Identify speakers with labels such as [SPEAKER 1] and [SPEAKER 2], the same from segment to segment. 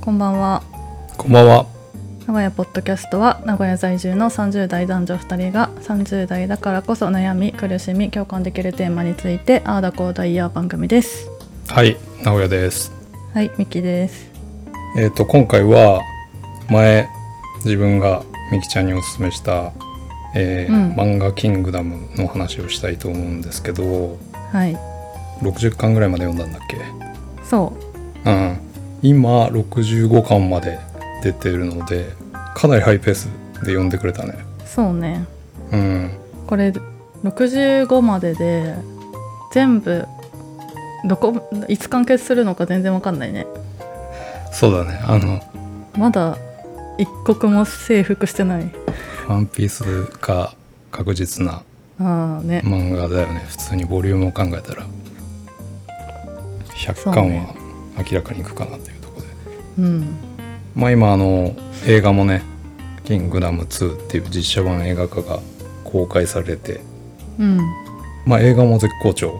[SPEAKER 1] こんばんは
[SPEAKER 2] こんばんは。
[SPEAKER 1] 名古屋ポッドキャストは名古屋在住の30代男女2人が30代だからこそ悩み苦しみ共感できるテーマについてああだこうだ言い合う番組です
[SPEAKER 2] はい、名古屋です。
[SPEAKER 1] はいミキです
[SPEAKER 2] えっ、と、今回は、前、自分がみきちゃんにおすすめした、えー
[SPEAKER 1] うん
[SPEAKER 2] 漫画キングダムの話をしたいと思うんですけど、
[SPEAKER 1] はい
[SPEAKER 2] 60巻ぐらいまで読んだんだっけ
[SPEAKER 1] そ
[SPEAKER 2] うん。今、65巻まで出てるので、かなりハイペースで読んでくれたね。
[SPEAKER 1] うそうね
[SPEAKER 2] うん。
[SPEAKER 1] これ65までで全部どこいつ完結するのか全然わかんないね
[SPEAKER 2] そうだね。あの、
[SPEAKER 1] まだ一刻も征服してない
[SPEAKER 2] ワンピースが確実な
[SPEAKER 1] ああね、
[SPEAKER 2] 漫画だよね普通にボリュームを考えたら
[SPEAKER 1] そう
[SPEAKER 2] 100巻
[SPEAKER 1] ね
[SPEAKER 2] は明らかにいくかなっていうところで、
[SPEAKER 1] うん
[SPEAKER 2] まあ今あの映画もね「キングダム2」っていう実写版映画化が公開されて
[SPEAKER 1] うん
[SPEAKER 2] まあ映画も絶好調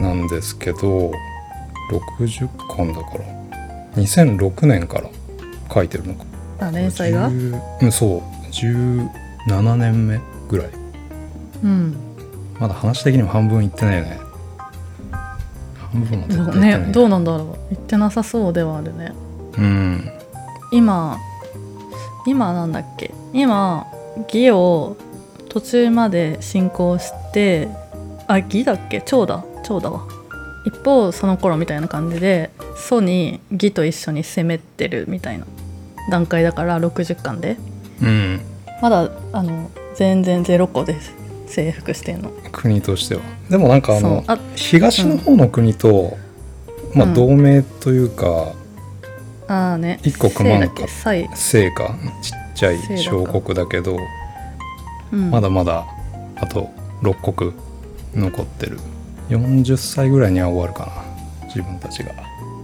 [SPEAKER 2] なんですけど60巻だから2006年から書いてるのか
[SPEAKER 1] あ連載が
[SPEAKER 2] 10うんそう17年目ぐらい
[SPEAKER 1] うん
[SPEAKER 2] まだ話的にも半分いってないよね
[SPEAKER 1] どう
[SPEAKER 2] 半分も絶対いってない
[SPEAKER 1] ねどうなんだろう言ってなさそうではあるね
[SPEAKER 2] うん
[SPEAKER 1] 今今なんだっけ今義を途中まで進行してあ義だっけ長だ長だわ一方その頃みたいな感じでソに義と一緒に攻めてるみたいな段階だから60巻で
[SPEAKER 2] うん
[SPEAKER 1] まだあの全然ゼロ個です征服してんの
[SPEAKER 2] 国としてはでもなんかあ
[SPEAKER 1] そう
[SPEAKER 2] の
[SPEAKER 1] あ
[SPEAKER 2] 東の方の国と、ま
[SPEAKER 1] うん
[SPEAKER 2] あ同盟というか
[SPEAKER 1] あーね
[SPEAKER 2] 一国
[SPEAKER 1] 姓だっ
[SPEAKER 2] 万
[SPEAKER 1] け
[SPEAKER 2] 国
[SPEAKER 1] サイ
[SPEAKER 2] 成果ちっちゃい
[SPEAKER 1] 成
[SPEAKER 2] 小
[SPEAKER 1] 果
[SPEAKER 2] 国だけど
[SPEAKER 1] うん
[SPEAKER 2] まだまだあと6国残ってる40歳ぐらいには終わるかな自分たちが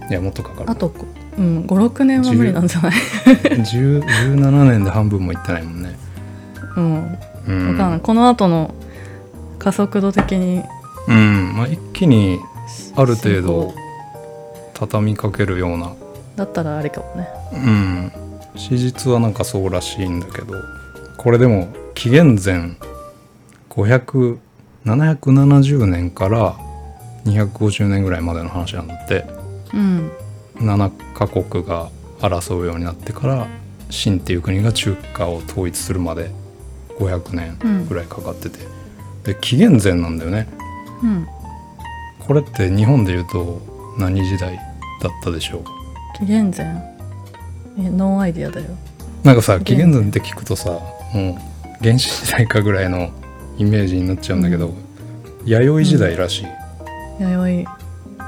[SPEAKER 2] いやもっとかか
[SPEAKER 1] あ
[SPEAKER 2] る
[SPEAKER 1] とこうん56年は無理なんじゃない
[SPEAKER 2] 10 17年で半分もいってないもんね
[SPEAKER 1] うん
[SPEAKER 2] うん
[SPEAKER 1] わかんないこの後の加速度的に
[SPEAKER 2] うんまあ、一気にある程
[SPEAKER 1] 進
[SPEAKER 2] 度
[SPEAKER 1] 行
[SPEAKER 2] 畳みかけるような、
[SPEAKER 1] だったらあれかもね
[SPEAKER 2] うん、史実はなんかそうらしいんだけどこれでも紀元前500770年から250年ぐらいまでの話なんだって
[SPEAKER 1] うん
[SPEAKER 2] 7カ国が争うようになってから秦っていう国が中華を統一するまで500年ぐらいかかってて、で紀元前なんだよね
[SPEAKER 1] うん
[SPEAKER 2] これって日本で言うと何時代だったでしょう
[SPEAKER 1] 紀元前えノーアイディアだよ
[SPEAKER 2] なんかさ
[SPEAKER 1] 紀
[SPEAKER 2] 紀
[SPEAKER 1] 元
[SPEAKER 2] 元前って聞くとさもう原始時代かぐらいのイメージになっちゃうんだけど、弥生時代らしい、
[SPEAKER 1] 弥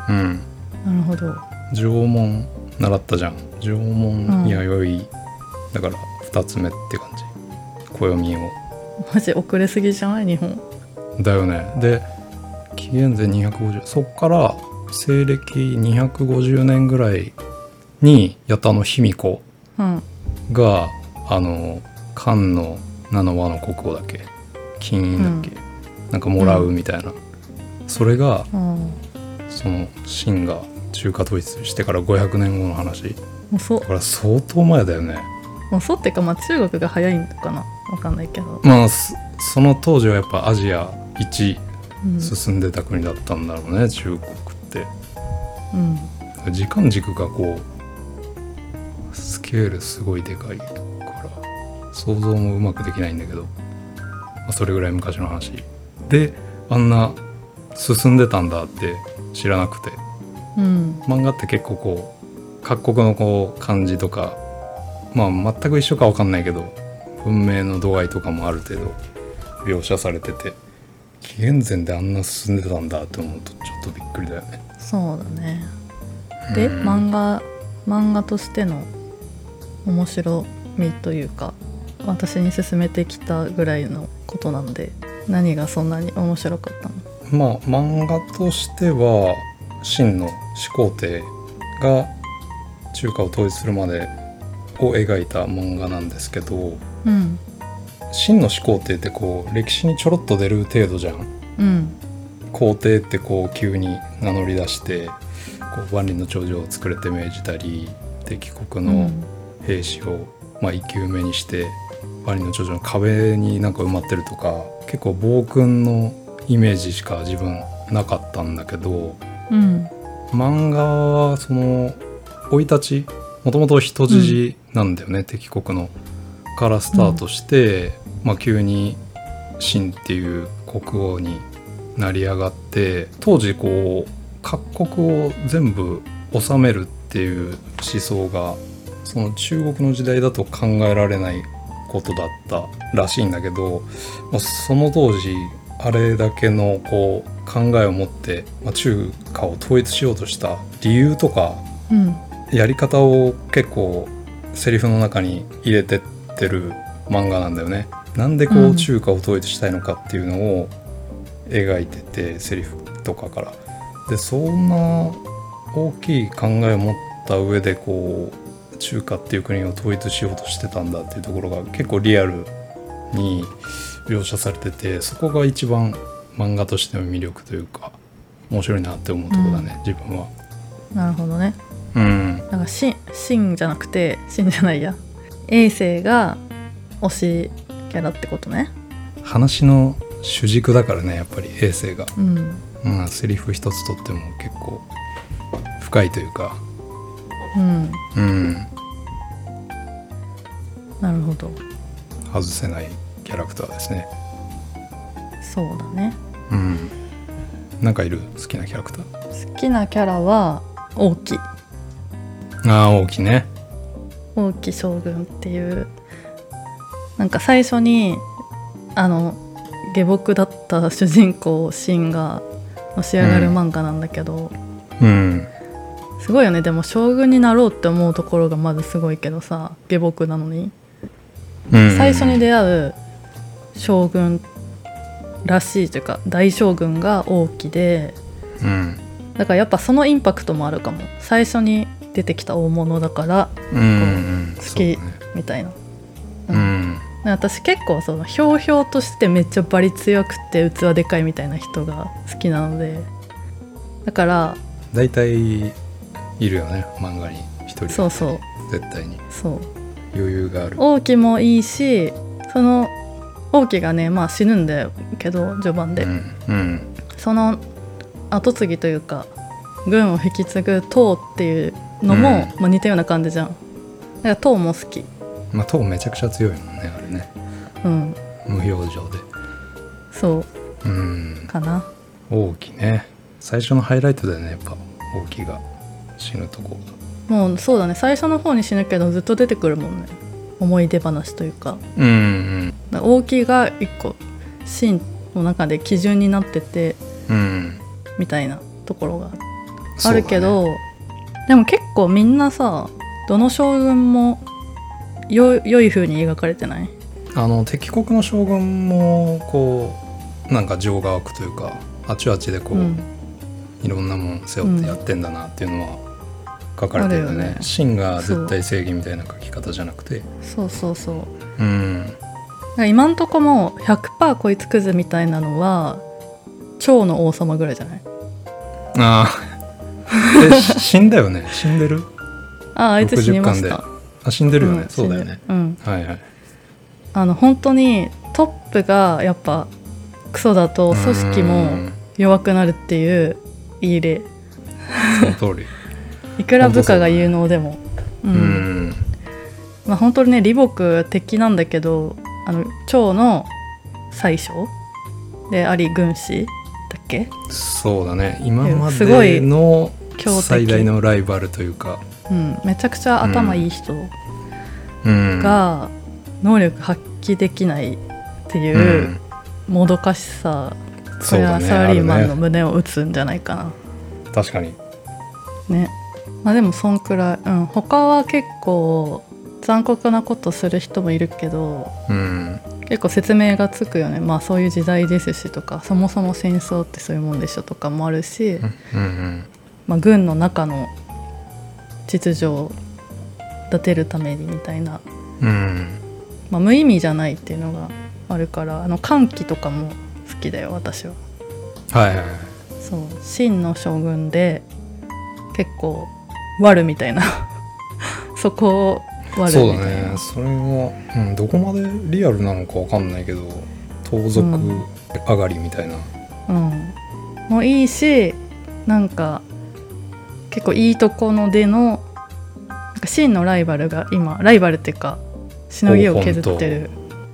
[SPEAKER 2] うん
[SPEAKER 1] 生なるほど
[SPEAKER 2] 縄文習ったじゃん縄
[SPEAKER 1] うん
[SPEAKER 2] 文弥生、だから2つ目って感じ暦を
[SPEAKER 1] マジ遅れすぎじゃない日本
[SPEAKER 2] だよねで紀元前250そっから西暦250年ぐらいにやったあの卑弥呼
[SPEAKER 1] うん
[SPEAKER 2] があの漢の七和の国王だっけ金印だっけ、なんかもらうみたいな、それが
[SPEAKER 1] あーも
[SPEAKER 2] その秦が中華統一してから500年後の話
[SPEAKER 1] うそ
[SPEAKER 2] だから相当前だよね
[SPEAKER 1] もうそってかまあ中国が早いのかなわかんないけど、
[SPEAKER 2] まあそその当時はやっぱアジア一
[SPEAKER 1] うん
[SPEAKER 2] 進んでた国だったんだろうね、中国って
[SPEAKER 1] うん、
[SPEAKER 2] 時間軸がこうスケールすごいでかいから想像もうまくできないんだけど、まあそれぐらい昔の話であんな進んでたんだって知らなくて
[SPEAKER 1] うん、
[SPEAKER 2] 漫画って結構こう各国のこう感じとかまあ全く一緒かわかんないけど文明の度合いとかもある程度描写されてて紀元前であんな進んでたんだって思うとちょっとびっくりだよね。
[SPEAKER 1] そうだねで
[SPEAKER 2] うん
[SPEAKER 1] 漫画漫画としての面白みというか私に勧めてきたぐらいのことなんで何がそんなに面白かったの
[SPEAKER 2] まあ漫画としては秦の始皇帝が中華を統一するまでを描いた漫画なんですけど
[SPEAKER 1] うん
[SPEAKER 2] 秦の始皇帝ってこう歴史にちょろっと出る程度じゃん
[SPEAKER 1] うん
[SPEAKER 2] 皇帝ってこう急に名乗り出してこう万里の長城を作れて命じたり敵国
[SPEAKER 1] う
[SPEAKER 2] の
[SPEAKER 1] ん
[SPEAKER 2] 兵士を、まあ、生き埋めにしてパリの徐々の壁になんか埋まってるとか結構暴君のイメージしか自分なかったんだけど
[SPEAKER 1] うん
[SPEAKER 2] 漫画はその生い立ちもともと人質なんだよね、敵国のからスタートして、まあ、急に秦っていう国王に成り上がって当時こう各国を全部治めるっていう思想がその中国の時代だと考えられないことだったらしいんだけど、まあ、その当時あれだけのこう考えを持って、まあ、中華を統一しようとした理由とか
[SPEAKER 1] うん
[SPEAKER 2] やり方を結構セリフの中に入れてってる漫画なんだよね。なんでこ
[SPEAKER 1] うん
[SPEAKER 2] う中華を統一したいのかっていうのを描いててセリフとかから。でそんな大きい考えを持った上でこう中華っていう国を統一しようとしてたんだっていうところが結構リアルに描写されててそこが一番漫画としての魅力というか面白いなって思うところだね、自分は。
[SPEAKER 1] なるほどね
[SPEAKER 2] うん
[SPEAKER 1] なんかしシンじゃなくてシンじゃないや衛星が推しキャラってことね
[SPEAKER 2] 話の主軸だからねやっぱり平成が、
[SPEAKER 1] うん
[SPEAKER 2] うん、セリフ一つとっても結構深いというか
[SPEAKER 1] うん
[SPEAKER 2] うん
[SPEAKER 1] なるほど
[SPEAKER 2] 外せないキャラクターですね
[SPEAKER 1] そうだね
[SPEAKER 2] うんなんかいる好きなキャラクター
[SPEAKER 1] 好きなキャラは王毅
[SPEAKER 2] ああ大きいね
[SPEAKER 1] 王毅将軍っていうなんか最初にあの下僕だった主人公シンがのし上がる漫画なんだけど、
[SPEAKER 2] うん
[SPEAKER 1] すごいよねでも将軍になろうって思うところがまずすごいけどさ下僕なのに
[SPEAKER 2] うん
[SPEAKER 1] 最初に出会う将軍らしいというか大将軍が王毅で
[SPEAKER 2] うん
[SPEAKER 1] だからやっぱそのインパクトもあるかも最初に出てきた大物だから
[SPEAKER 2] うんうん
[SPEAKER 1] 好き
[SPEAKER 2] そうだね
[SPEAKER 1] みたいな
[SPEAKER 2] うん
[SPEAKER 1] 私結構そのひょうひょうとしてめっちゃバリ強くて器でかいみたいな人が好きなのでだから
[SPEAKER 2] 大体いるよね漫画に一人
[SPEAKER 1] そうそう
[SPEAKER 2] 絶対に
[SPEAKER 1] そう
[SPEAKER 2] 余裕がある
[SPEAKER 1] 王毅もいいしその王毅がねまあ死ぬんだけど序盤で、
[SPEAKER 2] うんうん
[SPEAKER 1] その後継ぎというか軍を引き継ぐ党っていうのも、まあ、似たような感じじゃんだから党も好き
[SPEAKER 2] まあ塔めちゃくちゃ強いもんねあれね
[SPEAKER 1] うん
[SPEAKER 2] 無表情で
[SPEAKER 1] そう
[SPEAKER 2] うん
[SPEAKER 1] かな
[SPEAKER 2] 王毅ね最初のハイライトだよねやっぱ王毅が死ぬとこ
[SPEAKER 1] もうそうだね最初の方に死ぬけどずっと出てくるもんね思い出話というか
[SPEAKER 2] うんうん
[SPEAKER 1] だから大きいが一個シーンの中で基準になってて
[SPEAKER 2] うん
[SPEAKER 1] みたいなところが
[SPEAKER 2] そ
[SPEAKER 1] あ
[SPEAKER 2] うだね
[SPEAKER 1] るけど、でも結構みんなさどの将軍もよ良い風に描かれてない
[SPEAKER 2] あの敵国の将軍もこうなんか情が湧くというかあちあちでこう、
[SPEAKER 1] うん
[SPEAKER 2] いろんなもん背負ってやってんだなっていうのは書かれてるよ
[SPEAKER 1] あるよ
[SPEAKER 2] ね
[SPEAKER 1] ね
[SPEAKER 2] 真が絶対正義みたいな書き方じゃなくて
[SPEAKER 1] そうそうそうだか
[SPEAKER 2] うん
[SPEAKER 1] ら今んとこもう100%こいつクズみたいなのは蝶の王様ぐらいじゃない
[SPEAKER 2] ああ えし死んだよね死んでる
[SPEAKER 1] あああいつ死にまし
[SPEAKER 2] 60
[SPEAKER 1] た
[SPEAKER 2] 巻あ死んでるよね、
[SPEAKER 1] ん
[SPEAKER 2] そうだよね
[SPEAKER 1] 死んでるうん
[SPEAKER 2] はいはい
[SPEAKER 1] あの本当にトップがやっぱクソだと組織
[SPEAKER 2] う
[SPEAKER 1] も
[SPEAKER 2] ん
[SPEAKER 1] 弱くなるっていういい例
[SPEAKER 2] その通り
[SPEAKER 1] いくら部下が有能でもう、
[SPEAKER 2] うんん
[SPEAKER 1] まあ本当にね李牧敵なんだけどあの趙の宰相であり軍師だっけ
[SPEAKER 2] そうだね今ます
[SPEAKER 1] ご
[SPEAKER 2] で
[SPEAKER 1] い
[SPEAKER 2] の
[SPEAKER 1] 強敵
[SPEAKER 2] 最大のライバルというか
[SPEAKER 1] うんめちゃくちゃ頭いい人
[SPEAKER 2] うん
[SPEAKER 1] が能力発揮できないって
[SPEAKER 2] う
[SPEAKER 1] いうんもどかしさ、こ
[SPEAKER 2] そう
[SPEAKER 1] れ
[SPEAKER 2] だ
[SPEAKER 1] は
[SPEAKER 2] ね
[SPEAKER 1] サラリーマンの
[SPEAKER 2] あるね
[SPEAKER 1] 胸を打つんじゃないかな、
[SPEAKER 2] 確かに
[SPEAKER 1] ねまあでもそんくらい、うん、他は結構残酷なことする人もいるけど
[SPEAKER 2] うん
[SPEAKER 1] 結構説明がつくよねまあそういう時代ですしとかそもそも戦争ってそういうもんでしょとかもあるし、
[SPEAKER 2] うんうん
[SPEAKER 1] まあ、軍の中の秩序を立てるためにみたいな、
[SPEAKER 2] うん
[SPEAKER 1] まあ、無意味じゃないっていうのがあるからあの歓喜とかも好きだよ私は。
[SPEAKER 2] はいはいはい
[SPEAKER 1] そう秦の将軍で結構悪みたいな そこを割
[SPEAKER 2] そ
[SPEAKER 1] る
[SPEAKER 2] う
[SPEAKER 1] み
[SPEAKER 2] だ
[SPEAKER 1] たいな
[SPEAKER 2] ねそれも、うん、どこまでリアルなのかわかんないけど盗賊
[SPEAKER 1] うん
[SPEAKER 2] 上がりみたいな、
[SPEAKER 1] うん、もいいしなんか結構いいとこの出のなんか真のライバルが今ライバルっていうかしのぎを削ってる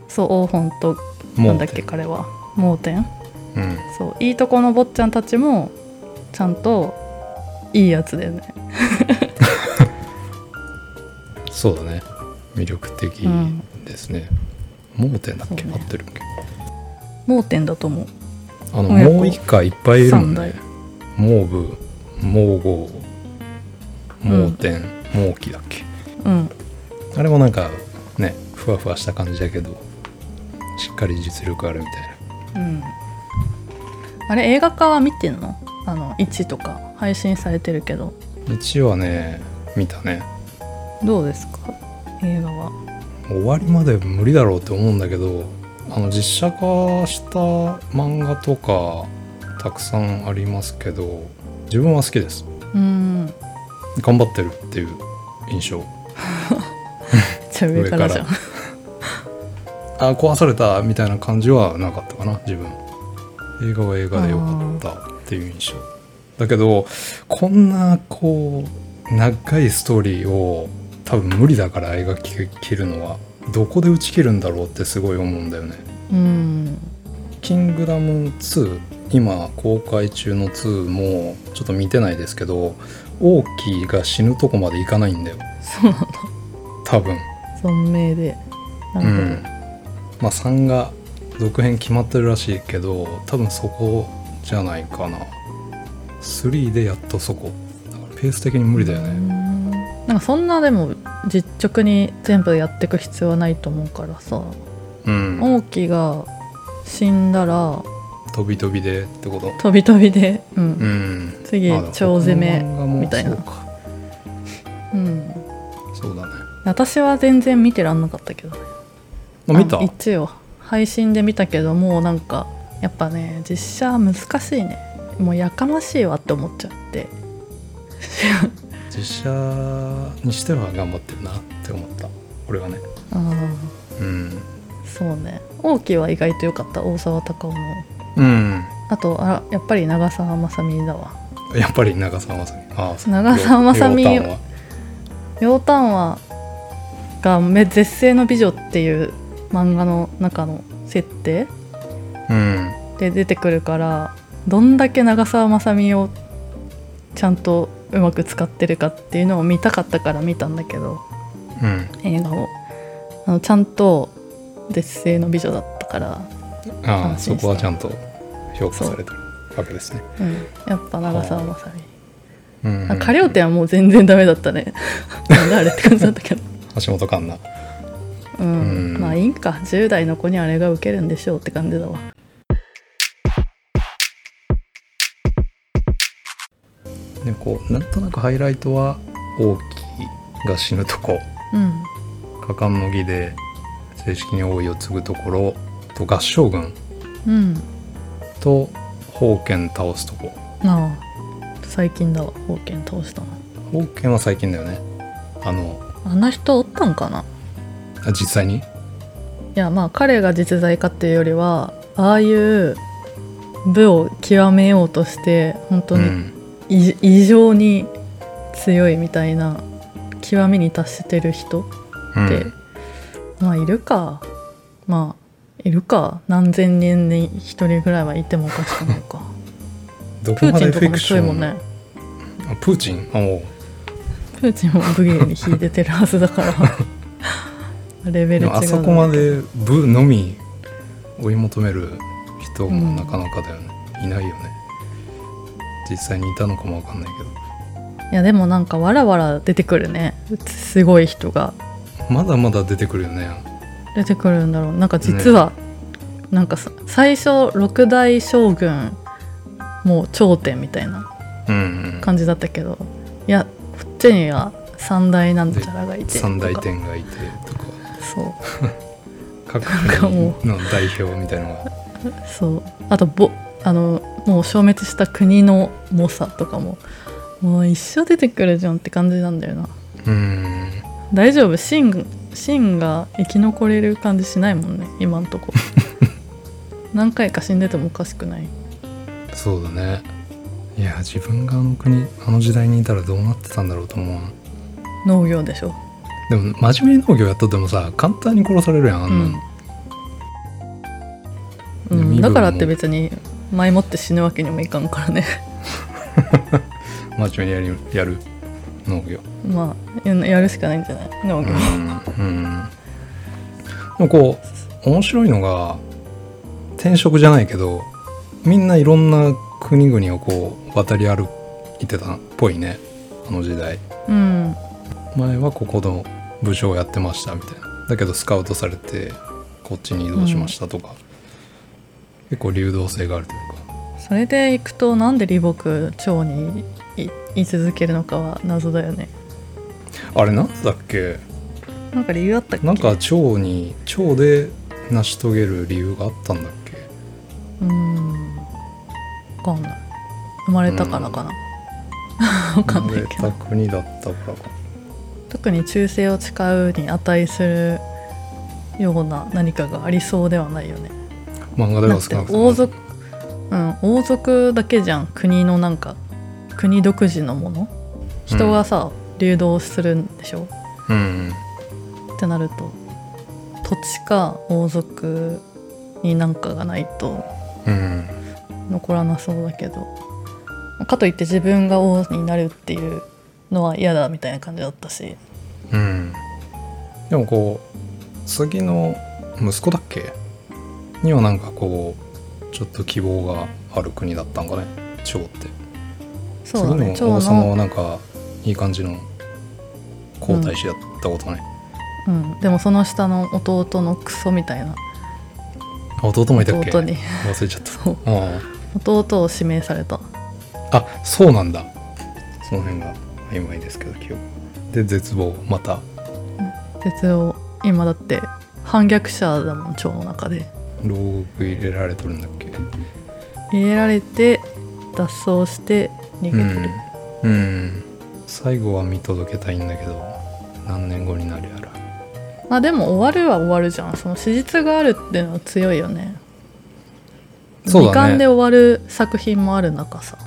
[SPEAKER 1] そう王本と
[SPEAKER 2] も
[SPEAKER 1] な
[SPEAKER 2] うん
[SPEAKER 1] だっけ彼は盲点
[SPEAKER 2] うん、
[SPEAKER 1] そういいとこの坊ちゃんたちもちゃんといいやつだよね、
[SPEAKER 2] そうだね魅力的
[SPEAKER 1] うん、
[SPEAKER 2] ですね、盲点だっけ、
[SPEAKER 1] そう
[SPEAKER 2] 合
[SPEAKER 1] ね
[SPEAKER 2] ってるっけ
[SPEAKER 1] 盲点だと思う
[SPEAKER 2] あの
[SPEAKER 1] 親子
[SPEAKER 2] もう一家いっぱいいるもん
[SPEAKER 1] 三
[SPEAKER 2] ね
[SPEAKER 1] 代
[SPEAKER 2] 盲部盲号盲点盲期だっけ、
[SPEAKER 1] うん
[SPEAKER 2] あれもなんかねふわふわした感じだけどしっかり実力あるみたい
[SPEAKER 1] うんあれ映画化は見てんのあの1とか配信されてるけど
[SPEAKER 2] な1はね見たね
[SPEAKER 1] どうですか映画は
[SPEAKER 2] 終わりまで無理だろうって思うんだけどあの実写化した漫画とかたくさんありますけど自分は好きです
[SPEAKER 1] うん
[SPEAKER 2] 頑張ってるっていう印象
[SPEAKER 1] じゃあ上からじゃん
[SPEAKER 2] あ壊されたみたいな感じはなかったかな自分映画は映画で良かったっていう印象だけどこんなこう長いストーリーを多分無理だから映画切るのはどこで打ち切るんだろうってすごい思うんだよね
[SPEAKER 1] うん
[SPEAKER 2] 「キングダム2」今公開中の2もちょっと見てないですけど王毅が死ぬとこまでいかないんだよ
[SPEAKER 1] そうなの
[SPEAKER 2] 多分
[SPEAKER 1] 存命でな
[SPEAKER 2] う
[SPEAKER 1] る
[SPEAKER 2] んまあ3が続編決まってるらしいけど多分そこじゃないかな3でやっとそこだからペース的に無理だよ
[SPEAKER 1] ほど、
[SPEAKER 2] ね
[SPEAKER 1] うんなんかそんなでも実直に全部やっていく必要はないと思うからさ
[SPEAKER 2] うん、
[SPEAKER 1] 王毅が死んだら
[SPEAKER 2] 飛び飛びでってこと
[SPEAKER 1] 飛び飛びで、うん
[SPEAKER 2] うん
[SPEAKER 1] 次
[SPEAKER 2] まあでも
[SPEAKER 1] 超攻め
[SPEAKER 2] 他の漫画も
[SPEAKER 1] みたいな
[SPEAKER 2] そうか
[SPEAKER 1] うん、
[SPEAKER 2] そうだね、
[SPEAKER 1] 私は全然見てらんなかったけどね
[SPEAKER 2] まあ、見た
[SPEAKER 1] あの一応配信で見たけどもうなんかやっぱね実写は難しいねもうやかましいわって思っちゃって
[SPEAKER 2] 実写にしては頑張ってるなって思った俺はね
[SPEAKER 1] うん
[SPEAKER 2] うん
[SPEAKER 1] そうね王毅は意外と良かった大沢たかおも
[SPEAKER 2] うん
[SPEAKER 1] あとあやっぱり長澤まさみだわ
[SPEAKER 2] やっぱり長澤まさみああ
[SPEAKER 1] 長澤まさみ
[SPEAKER 2] ようよう
[SPEAKER 1] 楊端はがめ絶世の美女っていう漫画の中の設定
[SPEAKER 2] たんは
[SPEAKER 1] で出てくるからどんだけ長澤まさみをちゃんとうまく使ってるかっていうのを見たかったから見たんだけど
[SPEAKER 2] うんうん
[SPEAKER 1] 映画をあのちゃんと絶世の美女だったから、
[SPEAKER 2] ああ
[SPEAKER 1] 安
[SPEAKER 2] そ
[SPEAKER 1] 心した
[SPEAKER 2] こはちゃんと評価されてるわけですね。
[SPEAKER 1] うん、やっぱ長澤まさみ
[SPEAKER 2] うんうん
[SPEAKER 1] あカレオテはもう全然ダメだった ねなんだあれって感じだったけど
[SPEAKER 2] 橋本環奈。
[SPEAKER 1] うん、
[SPEAKER 2] うん
[SPEAKER 1] まあいいんか10代の子にあれがウケるんでしょうって感じだわ
[SPEAKER 2] でこうなんとなくハイライトは王毅が死ぬとこ
[SPEAKER 1] うん
[SPEAKER 2] 果敢の儀で正式に王位を継ぐところと合唱軍
[SPEAKER 1] うん
[SPEAKER 2] と宝剣倒すとこ
[SPEAKER 1] なあ最近だわ宝剣倒したの
[SPEAKER 2] 宝剣は最近だよねあの
[SPEAKER 1] あんな人おったんかな
[SPEAKER 2] あ実際に
[SPEAKER 1] いやまあ彼が実在かっていうよりはああいう部を極めようとして本当
[SPEAKER 2] う
[SPEAKER 1] に
[SPEAKER 2] ん
[SPEAKER 1] 異,、異常に強いみたいな極みに達してる人
[SPEAKER 2] うん
[SPEAKER 1] って、まあいるかまあいるか何千人に一人ぐらいはいてもおかしくない か
[SPEAKER 2] ど
[SPEAKER 1] プ
[SPEAKER 2] こ
[SPEAKER 1] ー
[SPEAKER 2] ま
[SPEAKER 1] チン
[SPEAKER 2] でフ
[SPEAKER 1] とか
[SPEAKER 2] ィ
[SPEAKER 1] も
[SPEAKER 2] クショ
[SPEAKER 1] 強い
[SPEAKER 2] ン
[SPEAKER 1] もんね
[SPEAKER 2] あプーチンあもう
[SPEAKER 1] プーチンも武芸に秀でてるはずだから レベル
[SPEAKER 2] で
[SPEAKER 1] 違う
[SPEAKER 2] もあそ
[SPEAKER 1] だろうけど
[SPEAKER 2] こまで部のみ追い求める人もなかなかだよね、いないよね実際にいたのかもわかんない
[SPEAKER 1] いやでもなんかわらわら出てくるねすごい人が
[SPEAKER 2] けどまだまだ出てくるよね
[SPEAKER 1] 出てくるんだろうなんか実は、なんかさ最初六大将軍もう頂点みたいな
[SPEAKER 2] うん、
[SPEAKER 1] 感じだったけどいやこっちには三大なんちゃらがい
[SPEAKER 2] うん、
[SPEAKER 1] て
[SPEAKER 2] 三大
[SPEAKER 1] とか
[SPEAKER 2] 天がいてとか
[SPEAKER 1] そう
[SPEAKER 2] 各
[SPEAKER 1] かも
[SPEAKER 2] 国の代表みたいのが
[SPEAKER 1] そうあとぼあのもう消滅した国の猛者とかももう一生出てくるじゃんって感じなんだよな
[SPEAKER 2] うん
[SPEAKER 1] 大丈夫シンシンが生き残れる感じしないもんね今んと こ何回か死んでてもおかしくない
[SPEAKER 2] そうだねいや自分があの国あの時代にいたらどうなってたんだろうと思うな
[SPEAKER 1] 農業でしょ
[SPEAKER 2] でも真面目に農業やっとってもさ簡単に殺されるやんあんなの、
[SPEAKER 1] う
[SPEAKER 2] でも身分
[SPEAKER 1] ん、
[SPEAKER 2] も
[SPEAKER 1] だからって別に前もって死ぬわけにもいかんからね
[SPEAKER 2] 真面目にやるやる農業
[SPEAKER 1] まあややるしかないんじゃない農業
[SPEAKER 2] うん、うん、でもこう面白いのが転職じゃないけどみんないろんな国々をこう渡り歩いてたっぽいねあの時代
[SPEAKER 1] うん
[SPEAKER 2] 前はここの部署をやってましたみたいなだけどスカウトされてこっちに移動しましたとか、結構流動性があるというか
[SPEAKER 1] それで行くとなんで李牧町にい居続けるのかは謎だよね
[SPEAKER 2] あれなんだっけ
[SPEAKER 1] なんか理由あったっけ
[SPEAKER 2] なんか蝶に蝶で成し遂げる理由があったんだっけ
[SPEAKER 1] うんわかんない生まれたからかな、わかんないけ
[SPEAKER 2] 生まれ
[SPEAKER 1] ど
[SPEAKER 2] た国だったからか
[SPEAKER 1] 特に忠誠を誓うに値するような何かがありそうではないよね
[SPEAKER 2] 漫画で
[SPEAKER 1] だ
[SPEAKER 2] は
[SPEAKER 1] って
[SPEAKER 2] 少なくとも
[SPEAKER 1] 王族、うん、王族だけじゃん国のなんか国独自のもの人がさ、流動するんでしょ
[SPEAKER 2] うん
[SPEAKER 1] ってなると土地か王族になんかがないと
[SPEAKER 2] うん
[SPEAKER 1] 残らなそうだけどかといって自分が王になるっていうのは嫌だみたいな感じだったし
[SPEAKER 2] うんでもこう次の息子だっけにはなんかこうちょっと希望がある国だったんかね蝶って
[SPEAKER 1] そうだね
[SPEAKER 2] 次の
[SPEAKER 1] 長
[SPEAKER 2] 王様
[SPEAKER 1] の
[SPEAKER 2] は、なんかいい感じの皇太子やったことない、
[SPEAKER 1] うん、でもその下の弟のクソみたいな
[SPEAKER 2] あ弟もいたっけ
[SPEAKER 1] 弟
[SPEAKER 2] 忘
[SPEAKER 1] に
[SPEAKER 2] れちゃった
[SPEAKER 1] そう
[SPEAKER 2] あ
[SPEAKER 1] 弟を指名された
[SPEAKER 2] ああそうなんだその辺が曖昧ですけど記憶で絶望また
[SPEAKER 1] 絶望今だって反逆者だもん蝶の中で
[SPEAKER 2] 牢獄入れられとるんだっけ
[SPEAKER 1] 入れられて脱走して逃げてる、
[SPEAKER 2] うん、うん、最後は見届けたいんだけど何年後になるやら
[SPEAKER 1] まあでも終わるは終わるじゃんその史実があるっていうのは強いよね
[SPEAKER 2] そうだね
[SPEAKER 1] 時間で終わる作品もある中さ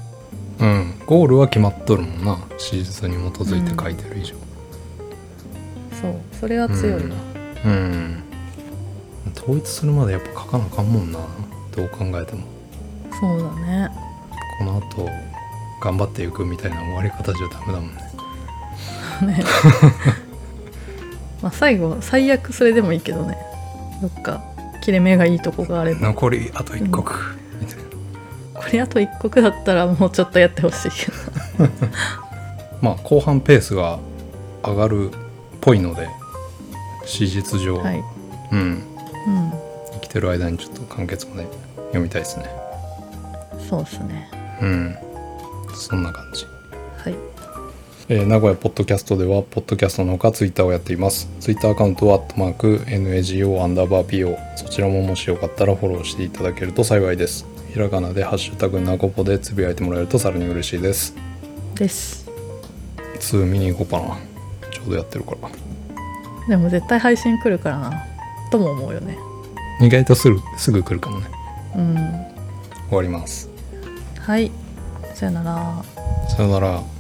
[SPEAKER 2] うんゴールは決まっとるもんな史実に基づいて書いてる以上
[SPEAKER 1] そうそれは強いな、
[SPEAKER 2] うん、うん統一するまでやっぱ書かなあかんもんなどう考えても
[SPEAKER 1] そうだ ね
[SPEAKER 2] この後頑張っていくみたいな終わり方じゃダメだもんね
[SPEAKER 1] ね まあ最後最悪それでもいいけどねどっか切れ目がいいとこがあれば
[SPEAKER 2] 残りあと一刻みたいな
[SPEAKER 1] これあと一刻だったらもうちょっとやってほしいけど
[SPEAKER 2] まあ後半ペースが上がるっぽいので史実上、
[SPEAKER 1] はい、
[SPEAKER 2] うん
[SPEAKER 1] う
[SPEAKER 2] 生きてる間にちょっと完結まで読みたいですね
[SPEAKER 1] ん、そうっすね
[SPEAKER 2] うんそんな感じ、
[SPEAKER 1] はい
[SPEAKER 2] えー名古屋ポッドキャストではポッドキャストのほかツイッターをやっていますツイッターアカウントはアットマーク NAGO アンダーバー PO そちらももしよかったらフォローしていただけると幸いですひらがなで「ハッシュタグナコポ」でつぶやいてもらえるとさらに嬉しいです
[SPEAKER 1] です
[SPEAKER 2] 2見に行こうかなちょうどやってるから
[SPEAKER 1] でも絶対配信来るからなとも思うよね
[SPEAKER 2] 意外とすぐすぐ来るかもね
[SPEAKER 1] うん
[SPEAKER 2] 終わります
[SPEAKER 1] はいさよなら
[SPEAKER 2] さよなら